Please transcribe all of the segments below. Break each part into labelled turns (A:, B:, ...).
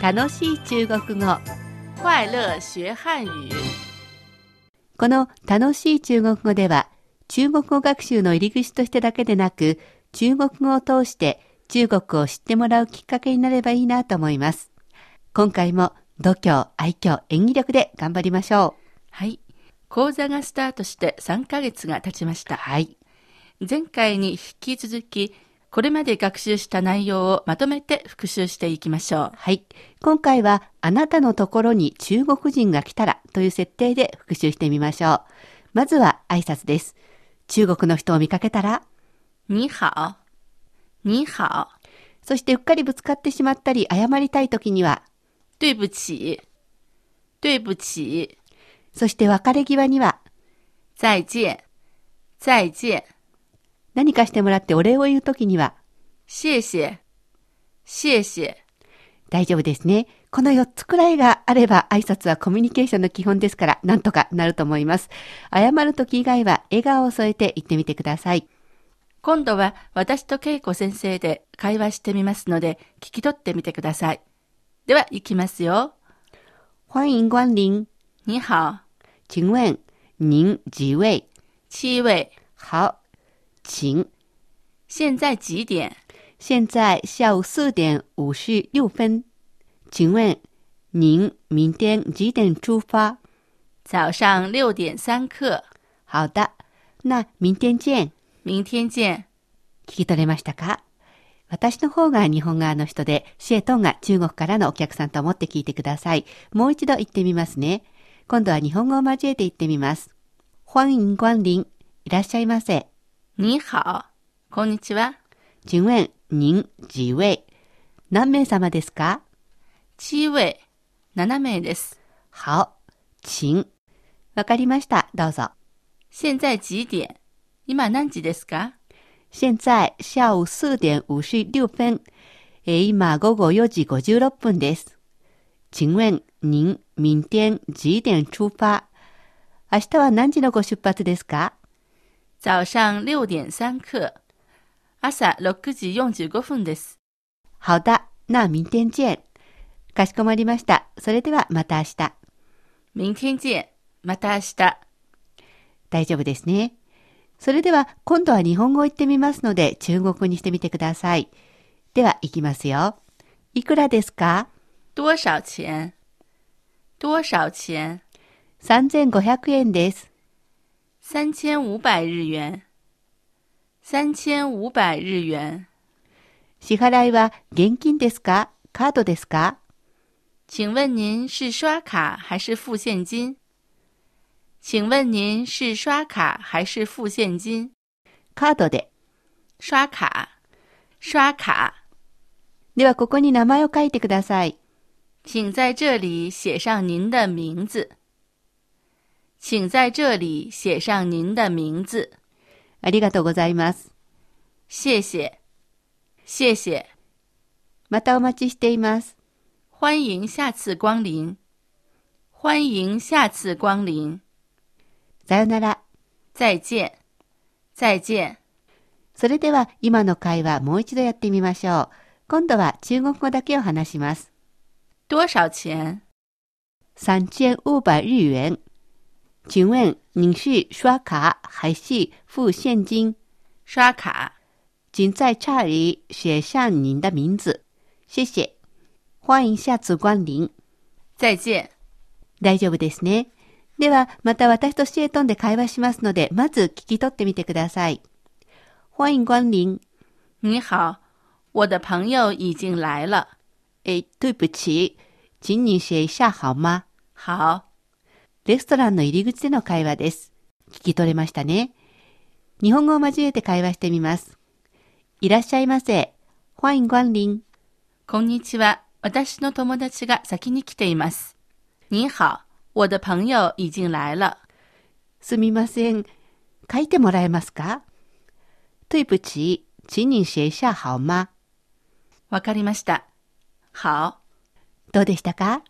A: 楽しい中国語
B: 快乐学汉语。
A: この楽しい中国語では中国語学習の入り口としてだけでなく中国語を通して中国を知ってもらうきっかけになればいいなと思います今回も度胸愛嬌演技力で頑張りましょ
B: はい。講座がスタートして3ヶ月が経ちまし
A: う
B: た。
A: はい
B: 前回に引き続き、これまで学習した内容をまとめて復習していきましょう。
A: はい今回はあなたのところに中国人が来たらという設定で復習してみましょうまずは挨拶です中国の人を見かけたら
B: 你好。你好。
A: そしてうっかりぶつかってしまったり謝りたい時には
B: 对不起。对不起。
A: そして別れ際には
B: 再见。再见。
A: 何かしてもらってお礼を言うときには、
B: 谢谢。谢谢。
A: 大丈夫ですね。この4つくらいがあれば挨拶はコミュニケーションの基本ですから、なんとかなると思います。謝るとき以外は笑顔を添えて言ってみてください。
B: 今度は私と恵子先生で会話してみますので、聞き取ってみてください。では、行きますよ。
A: 欢迎光臨。
B: 你好。
A: 请问、您几位
B: 七位。
A: 好。请。
B: 现在几点？
A: 现在下午4点56分。请问、您明天几点出发
B: 早上六点三刻。
A: 好的。那明天见。
B: 明天见。
A: 聞き取れましたか私の方が日本側の人で、シエトンが中国からのお客さんと思って聞いてください。もう一度言ってみますね。今度は日本語を交えて言ってみます。欢迎光臨。いらっしゃいませ。
B: 你好，こんにちは。
A: 请问、您几位何名様ですか
B: 七位、七名です。
A: 好。请。わかりました。どうぞ。
B: 現在几点？今何時ですか？
A: 現在、下午4点56分。えー今、午後4時56分です。请問、您、明天、几点出发明日は何時のご出発ですか
B: 早上六点三刻。朝六時四十五分です。
A: 好だ。な、明天见。かしこまりました。それでは、また明日。
B: 明天见。また明日。
A: 大丈夫ですね。それでは、今度は日本語を言ってみますので、中国語にしてみてください。では、行きますよ。いくらですか
B: 多少钱？多少钱？
A: ?3500 円です。
B: 三千五百日元。三千五百日元。
A: 支払いは現金ですかカードですか
B: 请问您是刷卡还是付现金？请问您是刷卡还是付现金？
A: カードで。
B: 刷卡，刷卡，
A: ではここに名前を書いてください。
B: 请在这里写上您的名字。请在这里写上您的名字，
A: ありがとうございます。
B: 谢谢，谢谢，
A: またお待ちしています。
B: 欢迎下次光临，欢迎下次光临，
A: さよなら。
B: 再见，再见。
A: それでは今の会話もう一度やってみましょう。今度は中国語だけを話します。
B: 多少钱？
A: 3500日元。请问您是刷卡还是付现金
B: 刷卡。
A: 请在这里写上您的名字。谢谢。欢迎下次光临。
B: 再见。
A: 大丈夫ですね。では、また私とシエトンで会話しますので、まず聞き取ってみてください。欢迎光臨。
B: 你好，我的朋友已经来了。
A: え、对不起。请你写一下好吗
B: 好，
A: レストランの入り口での会話です。聞き取れましたね。日本語を交えて会話してみます。いらっしゃいませ。欢迎光臨。
B: こんにちは。私の友達が先に来ています。你好，我的朋友已经来了。
A: すみません。書いてもらえますか对不起。请你写一下好吗
B: わかりました。好，
A: どうでしたか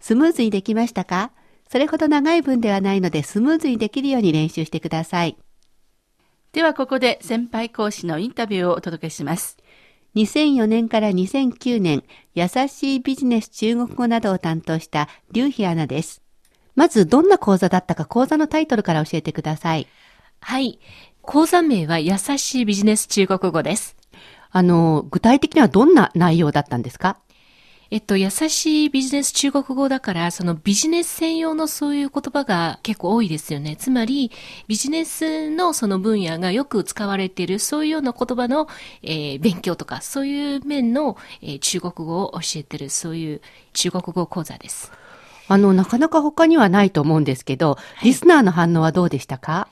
A: スムーズにできましたかそれほど長い文ではないのでスムーズにできるように練習してください。
B: ではここで先輩講師のインタビューをお届けします。
A: 2004年から2009年、優しいビジネス中国語などを担当した劉飛アナです。まず、どんな講座だったか講座のタイトルから教えてください。
C: はい。講座名は優しいビジネス中国語です。
A: あの、具体的にはどんな内容だったんですか
C: えっと、優しいビジネス中国語だから、そのビジネス専用のそういう言葉が結構多いですよね。つまり、ビジネスのその分野がよく使われている、そういうような言葉の、えー勉強とか、そういう面の、えー中国語を教えてる、そういう中国語講座です。
A: あの、なかなか他にはないと思うんですけど、リスナーの反応はどうでしたか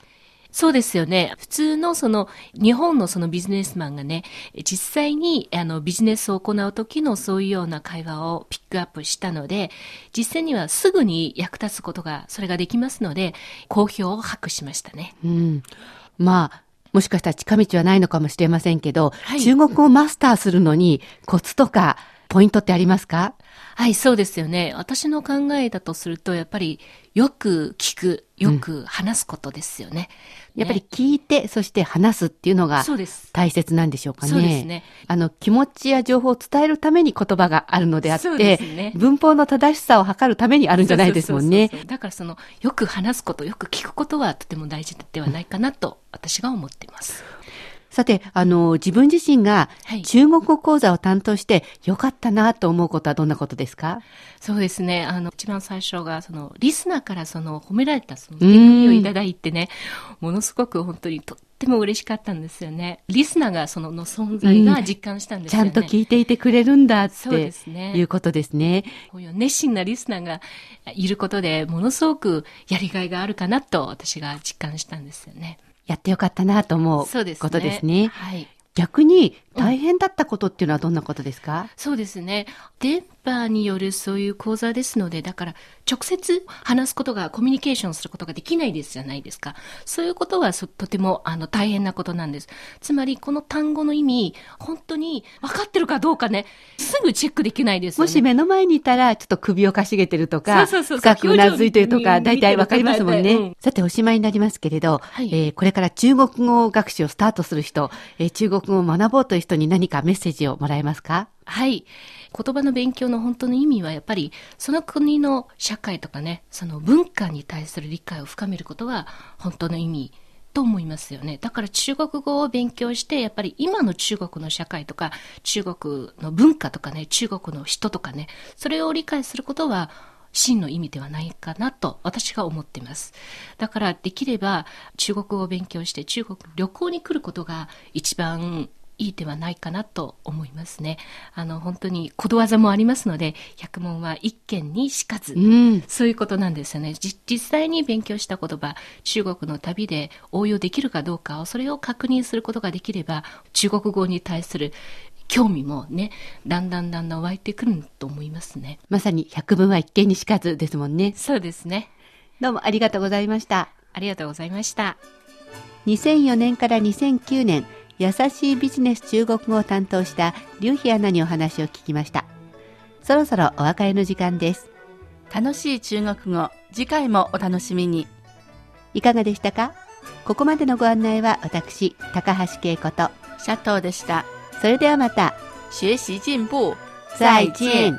C: そうですよね。普通のその、日本のそのビジネスマンがね、実際にあのビジネスを行う時のそういうような会話をピックアップしたので、実際にはすぐに役立つことが、それができますので、好評を博しましたね。
A: うん。まあ、もしかしたら近道はないのかもしれませんけど、
C: はい
A: 中国語をマスターするのにコツとかポイントってありますか
C: はい、そうですよね。私の考えだとすると、やっぱりよく聞く、よく話すことですよね。
A: やっぱり聞いて、そして話すっていうのが
C: そうです。
A: 大切なんでしょうかね。
C: そうですね。
A: あの、気持ちや情報を伝えるために言葉があるのであっ
C: そう
A: て、
C: ですね
A: 文法の正しさを測るためにあるんじゃないですもんね
C: そうそうそう。そうだからその、よく話すこと、よく聞くことはとても大事ではないかなと、私が思っています。
A: さて、あの、自分自身が
C: はい
A: 中国語講座を担当して良かったなと思うことはどんなことですか
C: そうですね。あの、一番最初が、その、リスナーからその、褒められた、その、
A: う
C: 手
A: ん
C: 紙をいただいてね、ものすごく本当にとっても嬉しかったんですよね。リスナーがその、の存在が実感したんです
A: ち
C: よ
A: ゃ
C: ね。
A: んと聞いていてくれるんだっ
C: そうで
A: て
C: すね。
A: いうことですね。
C: こういう熱心なリスナーがいることで、ものすごくやりがいがあるかなと、私が実感したんですよね。
A: やってよかったなと思う
C: そうですね。
A: ことですね。
C: はい。
A: 逆に大変だったことっていうのはどんなことですか、
C: そうですね。電波によるそういう講座ですので、だから直接話すことが、コミュニケーションすることができないですじゃないですか。そういうことはそとてもあの大変なことなんです。つまりこの単語の意味、本当に分かってるかどうかね、すぐチェックできないです
A: も
C: よね。
A: し目の前にいたら、ちょっと首をかしげてるとか、
C: そうそうそうそう
A: 深くうなずいてるとか、
C: 表情
A: 大体わかりますもんね。
C: 見てると大体うん
A: さて、おしまいになりますけれど、
C: はい
A: えーこれから中国語学習をスタートする人、えー中国語を学ぼうという人に何かメッセージをもらえますか
C: はい。言葉の勉強の本当の意味はやっぱり、その国の社会とかね、その文化に対する理解を深めることが本当の意味と思いますよね。だから中国語を勉強して、やっぱり今の中国の社会とか、中国の文化とかね、中国の人とかね、それを理解することは、真の意味ではないかなと私が思っています。だからできれば中国語を勉強して中国旅行に来ることが一番いいではないかなと思いますね。あの本当にことわざもありますので、百問は一見にしかず。
A: うん。
C: そういうことなんですよね。じ実際に勉強した言葉、中国の旅で応用できるかどうかを、それを確認することができれば、中国語に対する興味もね、だんだんだんだん湧いてくると思いますね。
A: まさに百聞は一見にしかずですもんね。
C: そうですね。
A: どうもありがとうございました。
C: ありがとうございました。
A: 2004年から2009年優しいビジネス中国語を担当した劉飛アナにお話を聞きましたそろそろお別れの時間です
B: 楽しい中国語、次回もお楽しみに。
A: いかがでしたかここまでのご案内は私高橋恵子と
B: シャトーでした。
A: それではまた
B: 学习进步，
A: 再见